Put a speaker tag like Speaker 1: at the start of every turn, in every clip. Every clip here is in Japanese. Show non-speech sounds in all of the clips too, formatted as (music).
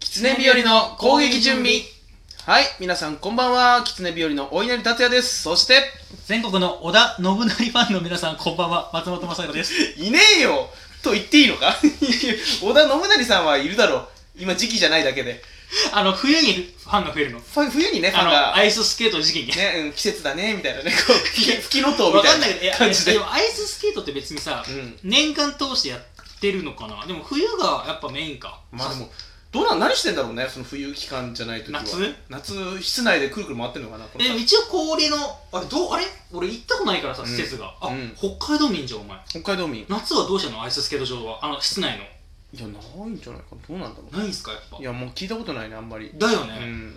Speaker 1: キツネ日和の攻撃準備はい皆さんこんばんはキツネ日和のお稲荷達也ですそして
Speaker 2: 全国の織田信成ファンの皆さんこんばんは松本雅彦です
Speaker 1: (laughs) いねえよと言っていいのか (laughs) 織田信成さんはいるだろう今時期じゃないだけで
Speaker 2: あの冬にファンが増えるの
Speaker 1: ふ冬にねファ
Speaker 2: あ
Speaker 1: ンが
Speaker 2: のアイススケートの
Speaker 1: (laughs)
Speaker 2: 時期に
Speaker 1: ね、うん、季節だねみたいなねこう (laughs) 吹き吹きの塔み
Speaker 2: わ
Speaker 1: た
Speaker 2: か
Speaker 1: い
Speaker 2: ん
Speaker 1: な
Speaker 2: ないけどいや
Speaker 1: 感じで
Speaker 2: でもアイススケートって別にさ、
Speaker 1: うん
Speaker 2: 年間通してやってるのかなでも冬がやっぱメインか
Speaker 1: まあでもどうなん何してんだろうねその冬期間じゃない時は
Speaker 2: 夏
Speaker 1: 夏室内でくるくる回ってんのかなこの
Speaker 2: えでも一応氷のあれどうあれ俺行ったことないからさ
Speaker 1: うん
Speaker 2: 施設が、あ、
Speaker 1: うん
Speaker 2: 北海道民じゃんお前
Speaker 1: 北海道民い
Speaker 2: 夏はどうしたのアイススケート場はあの室内の
Speaker 1: やないんじゃないかなどうなんだろ
Speaker 2: ないんすかやっぱ
Speaker 1: ういやもう聞いたことないねあんまり
Speaker 2: だよ
Speaker 1: う
Speaker 2: ね、
Speaker 1: ん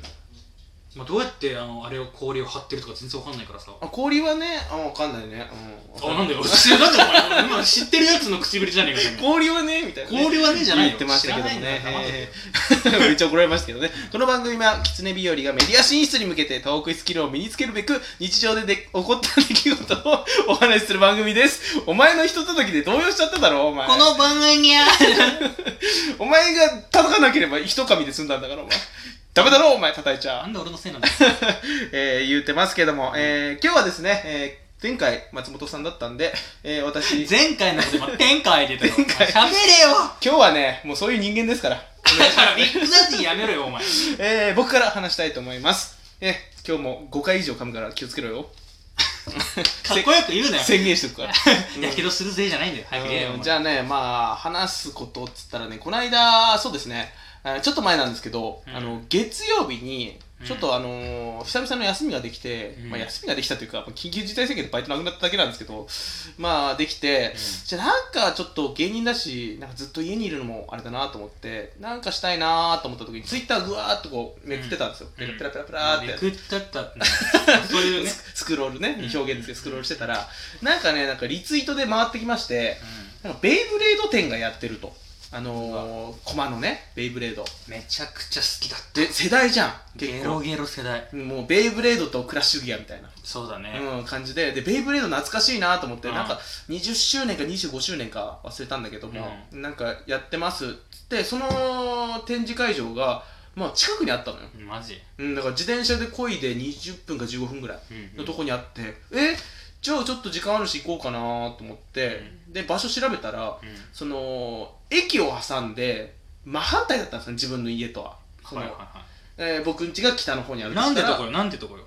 Speaker 2: まあ、どうやってあのあれを氷を張ってるとか全然わかんないからさ
Speaker 1: あ氷はねあ分かんないね、うん、
Speaker 2: あ、なんだよ。知らなんだよ、お前。今知ってるやつの唇じゃねえかよ。
Speaker 1: 氷はねみたいな、ね、
Speaker 2: 氷はねじゃないよ
Speaker 1: 言ってましたけども
Speaker 2: 知らな
Speaker 1: ね
Speaker 2: いんだから黙って
Speaker 1: えーめっちゃ怒られましたけどねこの番組は狐日和がメディア進出に向けてトークスキルを身につけるべく日常でで起こった出来事をお話しする番組ですお前のひとときで動揺しちゃっただろお前
Speaker 2: この番組は、
Speaker 1: お前が叩かなければ一噛みで済んだんだからお前ダメだろお前叩いちゃ (laughs)
Speaker 2: なんで俺のせいなんだよ。
Speaker 1: えー言ってますけども、えー今日はですね、えー前回松本さんだったんで、えー私
Speaker 2: 前回のこと今、天下入れたよ。お前
Speaker 1: 天下
Speaker 2: 喋れよ
Speaker 1: 今日はねもうそういう人間ですから
Speaker 2: だからビッグダディやめろよ、お前。
Speaker 1: えー僕から話したいと思います。えー今日も5回以上噛むから気をつけろよ。
Speaker 2: かっこよく言うなよ。
Speaker 1: 宣言しとく
Speaker 2: (laughs)
Speaker 1: から。
Speaker 2: やけどするぜじゃないんだよ。早く言えよ、お
Speaker 1: うん
Speaker 2: 前。
Speaker 1: じゃあね、まあ、話すことっつったらね、この間、そうですね、あちょっと前なんですけど、
Speaker 2: うん
Speaker 1: あの月曜日に、
Speaker 2: うん
Speaker 1: ちょっとあのー久々の休みができて、
Speaker 2: うん
Speaker 1: まあ、休みができたというか、まあ緊急事態宣言でバイトなくなっただけなんですけど、まあ、できて、じゃあなんかちょっと芸人だし、なんかずっと家にいるのもあれだなと思って、なんかしたいなと思った時に、ツイッターぐわーっとこうめくってたんですよ。
Speaker 2: うん
Speaker 1: ペラペラペラペラー
Speaker 2: あ
Speaker 1: っ
Speaker 2: ー
Speaker 1: て
Speaker 2: め。くったったって。そういうね。
Speaker 1: ススクロールね
Speaker 2: うん
Speaker 1: 表現ですけどスクロールしてたらなんかねなんかリツイートで回ってきましてなんかベイブレード店がやってるとあのー、コマのねベイブレード
Speaker 2: うんめちゃくちゃ好きだった。
Speaker 1: で世代じゃん
Speaker 2: ゲ
Speaker 1: 結
Speaker 2: ロ
Speaker 1: 構
Speaker 2: ゲロ世代。
Speaker 1: もうベイブレードとクラッシュギアみたいな、
Speaker 2: そうだね。
Speaker 1: うん、感じででベイブレード懐かしいなと思って、
Speaker 2: うん
Speaker 1: なんか20周年か25周年か忘れたんだけども、なんかやってますっつってその展示会場がまあ近くにあったのよ、
Speaker 2: マジ。
Speaker 1: うん、だから自転車で漕いで20分か15分ぐらい
Speaker 2: うん
Speaker 1: のとこにあって、えじゃあちょっと時間あるし行こうかなと思って、で場所調べたら
Speaker 2: うん
Speaker 1: その駅を挟んで真反対だったんですよ自分の家とはその、
Speaker 2: はいはいは
Speaker 1: えー僕ん家が北の方にあるし
Speaker 2: い。
Speaker 1: た
Speaker 2: な
Speaker 1: ら
Speaker 2: んでとこよ、なんでとこよ。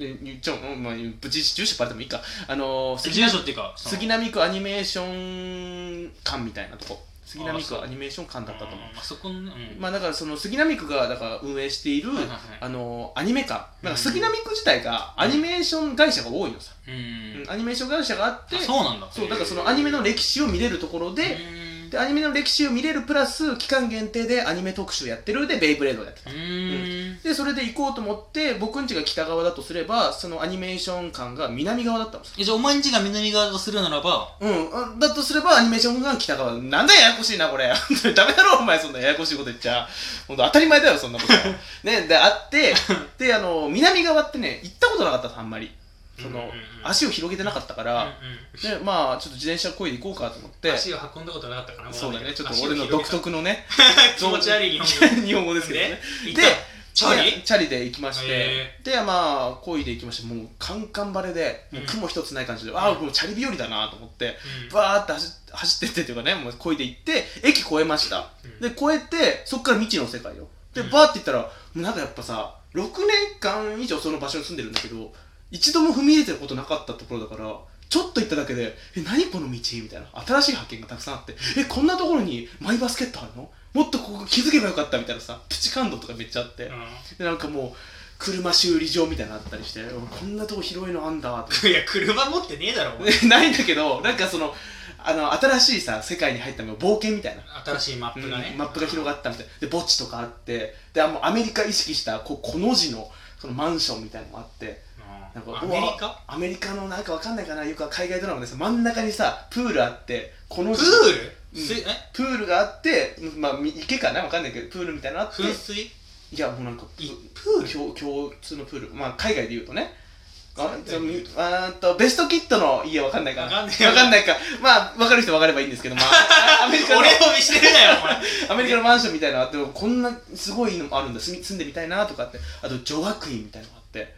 Speaker 1: え言っちゃうの、まあ、ぶち住所バレてもいいかあのー杉
Speaker 2: 住所っていうか、その
Speaker 1: 杉並区アニメーション館みたいなとこ杉並
Speaker 2: あそう
Speaker 1: 区アニメーション館だったと思う
Speaker 2: うんあそこのね、うん
Speaker 1: まあだからその杉並区がだから運営している、
Speaker 2: はいはいはい
Speaker 1: あのアニメ館なん
Speaker 2: うん
Speaker 1: か杉並区自体がアニメーション会社が多いのさ、
Speaker 2: うん
Speaker 1: うんアニメーション会社があって
Speaker 2: あそうなんだ
Speaker 1: そうだからそのアニメの歴史を見れるところで,、
Speaker 2: うん
Speaker 1: でアニメの歴史を見れるプラス期間限定でアニメ特集やってるでベイブレードをやってた
Speaker 2: うーん
Speaker 1: でそれで行こうと思って僕ん家が北側だとすればそのアニメーション館が南側だったのさ
Speaker 2: えじゃあお前んちが南側とするならば
Speaker 1: うん、あだとすればアニメーションが北側なんだややこしいなこれ (laughs) ダメだろお前そんなややこしいこと言っちゃ本当当たり前だよそんなこと
Speaker 2: (laughs)
Speaker 1: ねであってであの南側ってね行ったことなかったのあんまりその、
Speaker 2: うんうんうん
Speaker 1: 足を広げてなかったから、でまあちょっと自転車こいで行こうかと思って
Speaker 2: 足を運んだことなかったかな
Speaker 1: そうだねちょっと俺の独特のね
Speaker 2: (laughs) 気持ち悪い日本
Speaker 1: 日本語です
Speaker 2: 語
Speaker 1: けどね
Speaker 2: で
Speaker 1: で
Speaker 2: チャ
Speaker 1: いや
Speaker 2: リ
Speaker 1: チャリで行きまして、
Speaker 2: へ
Speaker 1: でまあこいで行きましてもうカンカンバレでもう雲一つない感じで、ああもうチャリ日和だなと思ってバーって走っ走ってってというかねもう漕いで行って駅越えました、
Speaker 2: うん
Speaker 1: で越えてそっから未知の世界よで
Speaker 2: うん
Speaker 1: バーって行ったら、もうなんかやっぱさ6年間以上その場所に住んでるんだけど一度も踏み入れてることなかったところだからちょっと行っただけで「え何この道?」みたいな新しい発見がたくさんあって「えこんなところにマイバスケットあるのもっとここ気づけばよかった」みたいなさプチ感動とかめっちゃあって、
Speaker 2: う
Speaker 1: でなんかもう車修理場みたいなのあったりしてうんこんなとこ広いのあんだと思って
Speaker 2: んいや車持ってねえだろお前
Speaker 1: ね (laughs) ないんだけどなんかそのあの新しいさ世界に入ったの冒険みたいな、
Speaker 2: 新しいマップがね
Speaker 1: うんマップが広
Speaker 2: が
Speaker 1: がったみたいで墓地とかあってであもうアメリカ意識したこうこの字のそのマンションみたいのもあってなんか
Speaker 2: アメリ
Speaker 1: う
Speaker 2: カ
Speaker 1: わアメリカのなんかわかんないかなよくは海外ドラマでさ真ん中にさプールあってこの
Speaker 2: プ
Speaker 1: 字
Speaker 2: ール
Speaker 1: うん
Speaker 2: すえ
Speaker 1: プールがあって、まあ、み池かなわかんないけどプールみたいなのあって
Speaker 2: 噴水
Speaker 1: いやもうなんか
Speaker 2: い
Speaker 1: プール共共通のプールまあ海外で言うとねあじゃあみうーんとベストキットの家わかんないかな
Speaker 2: わかんねえよ
Speaker 1: わかんないかまあわかる人わかればいいんですけど
Speaker 2: (laughs)
Speaker 1: まあアメリカの
Speaker 2: 俺を見してるなよ、お前。
Speaker 1: アメリカのマンションみたいなのあってこんなすごいのもあるんだ住み住んでみたいなとかってあと女学院みたいなのがあって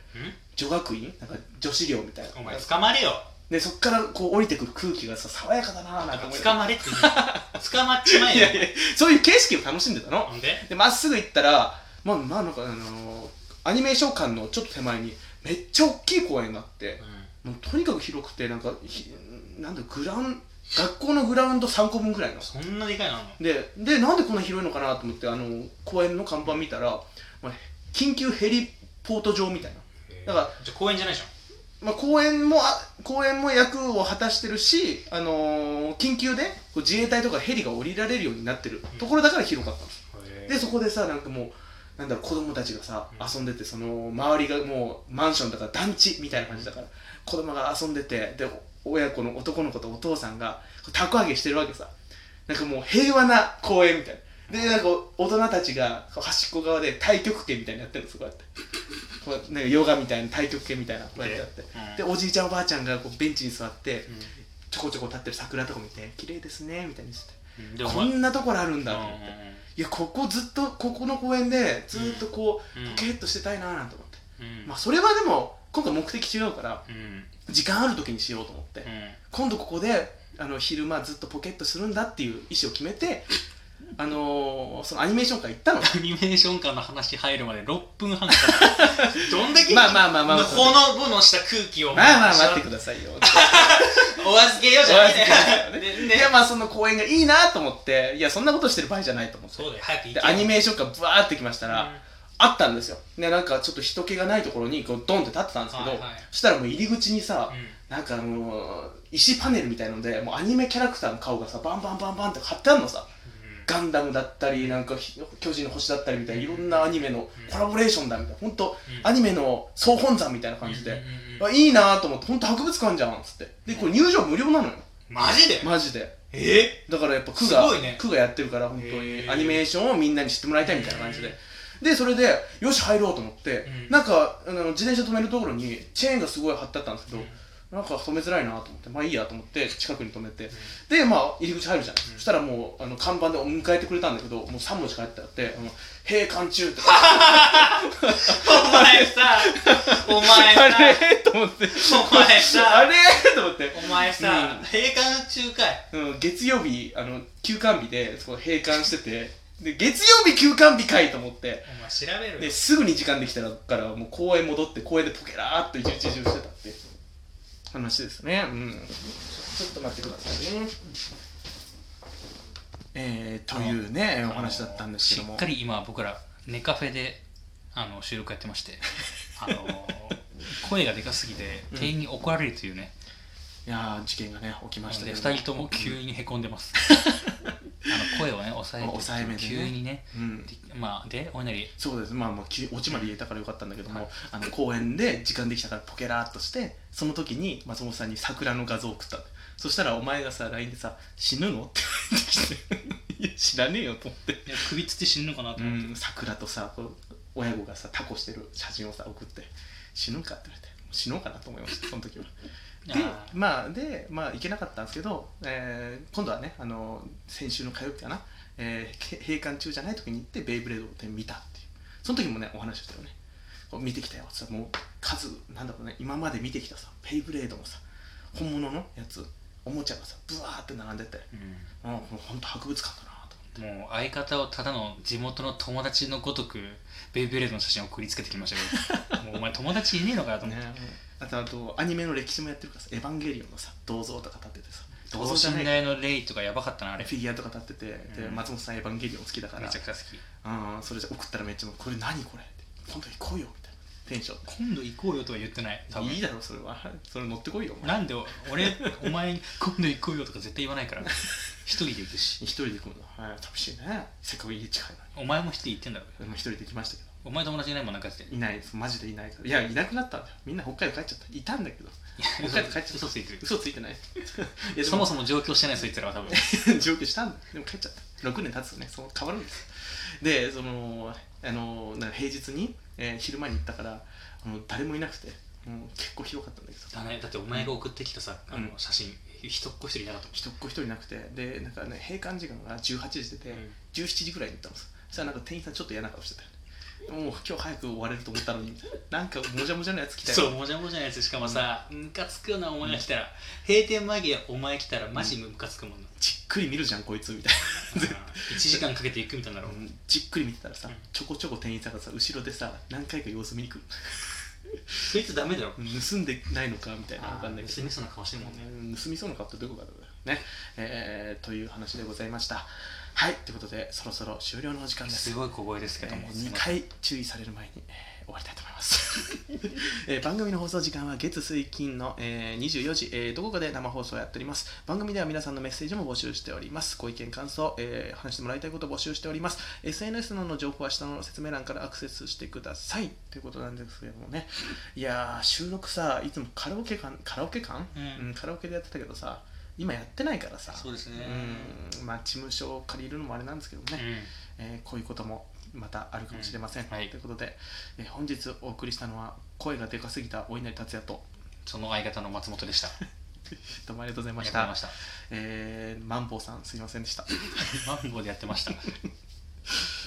Speaker 1: 女学院なんか女子寮みたいな
Speaker 2: お前、捕まれよ。
Speaker 1: でそっからこう降りてくる空気がさ爽やかだなぁなんか思い
Speaker 2: 捕まれって言う。捕まっちま
Speaker 1: い
Speaker 2: え
Speaker 1: やい
Speaker 2: よ。
Speaker 1: やそういう景色を楽しんでたの
Speaker 2: ほんで
Speaker 1: でまっすぐ行ったらまあまあなんかあのーアニメーション館のちょっと手前にめっちゃ大きい公園があってもうとにかく広くてなんかひなんだグラウン学校のグラウンド3個分ぐらいの
Speaker 2: そんなでかいのあんの
Speaker 1: ででなんでこんな広いのかなと思ってあの公園の看板見たら、まあ、緊急ヘリポート場みたいな、だから
Speaker 2: じゃあ公園じゃないでしょ。
Speaker 1: まあ、公園もあ公園も役を果たしてるし、あのー緊急でこう自衛隊とかヘリが降りられるようになってるところだから広かったのでそこでさなんかもうなんだろう子供たちがさ
Speaker 2: う
Speaker 1: 遊
Speaker 2: ん
Speaker 1: んでてその周りがもうマンションだから団地みたいな感じだから子供が遊んでてでお親子の男の子とお父さんがたこ揚げしてるわけさなんかもう平和な公園みたいなでなんか大人たちがこう端っこ側で太極拳みたいにやってるのそこうやってこうなんかヨガみたいな太極拳みたいなこうやってやって
Speaker 2: うん
Speaker 1: でおじいちゃんおばあちゃんがこうベンチに座って
Speaker 2: う
Speaker 1: ちょこちょこ立ってる桜とか見て綺麗ですねみたいにして
Speaker 2: ん。で、お
Speaker 1: こ
Speaker 2: 前。うん
Speaker 1: んなところあるんだと思って。
Speaker 2: うん
Speaker 1: いやここずっとここの公園でずっとこう、
Speaker 2: うん
Speaker 1: ポケッとしてたいなーなんて思って、
Speaker 2: うん
Speaker 1: まあそれはでも今回目的違うから
Speaker 2: うん
Speaker 1: 時間ある時にしようと思って、
Speaker 2: うん
Speaker 1: 今度ここであの昼間ずっとポケッとするんだっていう意思を決めてあのー、そのアニメーション館行ったの
Speaker 2: アニメーション間の話入るまで6分半かか
Speaker 1: (laughs)
Speaker 2: るどんだけ
Speaker 1: まあまあまあまあまあ
Speaker 2: この部のした空気を
Speaker 1: まあまあ待ってくださいよ
Speaker 2: お預けよじゃねえね
Speaker 1: いやまあその公園がいいなと思っていやそんなことしてる場合じゃないと思って
Speaker 2: そうだよ早く行
Speaker 1: で
Speaker 2: け
Speaker 1: アニメーション館ブワーって来ましたら、あったんですよでなんかちょっと人気がないところにこうドンって立ってたんですけど、
Speaker 2: はいはい
Speaker 1: そしたらもう入り口にさ、
Speaker 2: うんうん
Speaker 1: なんかあのー石パネルみたいのでもうアニメキャラクターの顔がさバンバンバンバンって貼ってあるのさガンダムだったりなんかひ巨人の星だったりみたいないろんなアニメの
Speaker 2: うん
Speaker 1: コラボレーションだみたいな本当
Speaker 2: うん
Speaker 1: アニメの総本山みたいな感じ
Speaker 2: うん
Speaker 1: で
Speaker 2: うんうん
Speaker 1: あいいなと思って本当博物館じゃんっつってでこれ入場無料なのよ
Speaker 2: マジで
Speaker 1: マジで
Speaker 2: え
Speaker 1: だからやっぱ区
Speaker 2: す
Speaker 1: が、
Speaker 2: ごいね
Speaker 1: 区がやってるから本当に
Speaker 2: へー
Speaker 1: アニメーションをみんなに知ってもらいたいみたいな感じ
Speaker 2: う
Speaker 1: で
Speaker 2: ん。
Speaker 1: で、それで、よし、入ろうと思って、
Speaker 2: うん
Speaker 1: なんか、あの自転車止めるところに、チェーンがすごい貼ってあったんですけど、
Speaker 2: うん
Speaker 1: なんか止めづらいなと思って、まあいいやと思って、近くに止めて、で、まあ、入り口入るじゃん。そしたらもう、あの看板で迎えてくれたんだけど、もう3文字書いてあって、あの閉館中とか、
Speaker 2: お前さお前さ
Speaker 1: (laughs) あれと思って、
Speaker 2: お前さ
Speaker 1: あれと思って、
Speaker 2: お前さ
Speaker 1: う
Speaker 2: 閉館中かい
Speaker 1: うん、月曜日、あの休館日で、そこ閉館してて、で、月曜日休館日かいと思って、
Speaker 2: お前調べる
Speaker 1: で
Speaker 2: よ
Speaker 1: すぐに時間できたからもう公園戻って公園でポケラーっと一日中してたっていう話ですねうんちょちょっと待ってくださいねえー、というねお話だったんですけど
Speaker 2: し
Speaker 1: も
Speaker 2: っかり今僕らネカフェであの収録やってま
Speaker 1: (laughs)
Speaker 2: してあの声がでかすぎて
Speaker 1: うん
Speaker 2: 店員に怒られるというね、
Speaker 1: いやー事件がね起きま
Speaker 2: な
Speaker 1: し
Speaker 2: の
Speaker 1: た
Speaker 2: で
Speaker 1: けど
Speaker 2: 2人とも急にへこん
Speaker 1: (laughs)
Speaker 2: でます、あの声をね抑えて
Speaker 1: 抑えめでね
Speaker 2: 急にね
Speaker 1: うん
Speaker 2: まあでお稲荷
Speaker 1: そうですまあまあきオチまで言えたからよかったんだけども、あの公園で時間できたからポケラーっとしてその時に松本さんに桜の画像を送ったそしたらお前がさ LINE でさ「死ぬの?」って言ってきて「いや知らねえよ」と思って
Speaker 2: いや首つって死ぬのかなと
Speaker 1: う
Speaker 2: 思って、
Speaker 1: ん、桜とさこう親子がさタコしてる写真をさ送って死ぬんかって言われて死のうかなと思いましたその
Speaker 2: (laughs)
Speaker 1: 時はで
Speaker 2: あー
Speaker 1: まあでまあ行けなかったんですけど、えー今度はねあの先週の火曜日かな、えーけ閉館中じゃない時に行ってベイブレードで見たっていうその時もねお話ししたよねこう見てきたよさもう数なんだろうね今まで見てきたさベイブレードのさ本物のやつおもちゃがさブワーって並んでてうんもうほんと博物館だなと
Speaker 2: うんもう相方をただの地元の友達のごとくベイブレードの写真を送りつけてきましたけ
Speaker 1: (laughs)
Speaker 2: どもうお前友達いねえのかよと思って、
Speaker 1: ね、あとあとアニメの歴史もやってるからさ「エヴァンゲリオン」のさ銅像とか立っててさ銅
Speaker 2: 等
Speaker 1: 像じゃ
Speaker 2: 身
Speaker 1: ない
Speaker 2: 大のレイとかやばかったなあれ
Speaker 1: フィギュアとか立ってて、で
Speaker 2: うん
Speaker 1: 松本さん「エヴァンゲリオン」好きだから
Speaker 2: めちゃくちゃ好き
Speaker 1: うん、それじゃ送ったらめっちゃ「これ何これ?」って「今度行こうよ」みたいなテンション
Speaker 2: 今度行こうよとは言ってない多分
Speaker 1: いいだろそれはそれ乗ってこいよお前
Speaker 2: なんで俺お前に今度行こうよとか絶対言わないから一人で行くし
Speaker 1: 一人で行くのはい寂しいねせっかく家近いのに
Speaker 2: お前も一人で行ってんだろ
Speaker 1: 俺も一人で行きましたけど
Speaker 2: お前友達いないもんなんかって
Speaker 1: いないですマジでいないからいやいなくなったんだよみんな北海道帰っちゃったいたんだけど北海道帰っちゃった
Speaker 2: 嘘ついてる
Speaker 1: 嘘ついて
Speaker 2: (laughs)
Speaker 1: ないいや
Speaker 2: そ
Speaker 1: そ
Speaker 2: も
Speaker 1: も
Speaker 2: そも上京してないそいつら
Speaker 1: (laughs)
Speaker 2: は多分
Speaker 1: 上京したんだでも帰っちゃった6年経つとねそう変わるんですでそのあのなんか平日に、えー昼間に行ったからあの誰もいなくてうん、結構広かったんだけど
Speaker 2: だねだってお前が送ってきたさ、
Speaker 1: うん
Speaker 2: あの写真人っ子一人いなかったもん
Speaker 1: 人っ子一人いなくてでなんかね閉館時間が18時で、
Speaker 2: うん
Speaker 1: 17時ぐらいに行ったんですそしたらなんか店員さんちょっと嫌な顔してたよねもう今日早く終われると思ったのにみたいななんかもじゃもじゃのやつ来たよ
Speaker 2: そうもじゃもじゃのやつしかもさムカつくよなお前が来たら閉店間際お前来たらマジムカつくもんな
Speaker 1: じっくり見るじゃんこいつみたい
Speaker 2: (laughs)
Speaker 1: (laughs) な絶対
Speaker 2: 1時間かけて行くみたいなの
Speaker 1: うんじっくり見てたらさ、
Speaker 2: うん
Speaker 1: ちょこちょこ店員さんがさ後ろでさ何回か様子見に来る
Speaker 2: そいつダメだろ
Speaker 1: 盗んでないのかみたいなわかんないけど
Speaker 2: 盗みそうな顔してるもんね
Speaker 1: うん盗みそうな顔ってどういうことかだよね、えーという話でございましたはいということでそろそろ終了のお時間です
Speaker 2: すごい小声ですけども、
Speaker 1: えー2回注意される前に、えー終わりたいと思います、 (laughs) えー番組の放送時間は月水金の、えー24時、えーどこかで生放送をやっております番組では皆さんのメッセージも募集しておりますご意見感想、えー話してもらいたいことを募集しております SNS の情報は下の説明欄からアクセスしてくださいということなんですけどもねいやー収録さいつもカラオケ館カラオケ館、
Speaker 2: うん
Speaker 1: カラオケでやってたけどさ今やってないからさ
Speaker 2: そうですね
Speaker 1: うんまあ事務所を借りるのもあれなんですけどもね、えーこういうこともまたあるかもしれません。
Speaker 2: うんはい
Speaker 1: ということで、えー本日お送りしたのは声がでかすぎたお稲荷達也と
Speaker 2: その相方の松本でしたあ
Speaker 1: どうもありがとうございま
Speaker 2: り
Speaker 1: し
Speaker 2: がとう
Speaker 1: た
Speaker 2: ご (laughs) ざいま。した
Speaker 1: えーマンボウさんすいませんでした。
Speaker 2: マンボウでやってました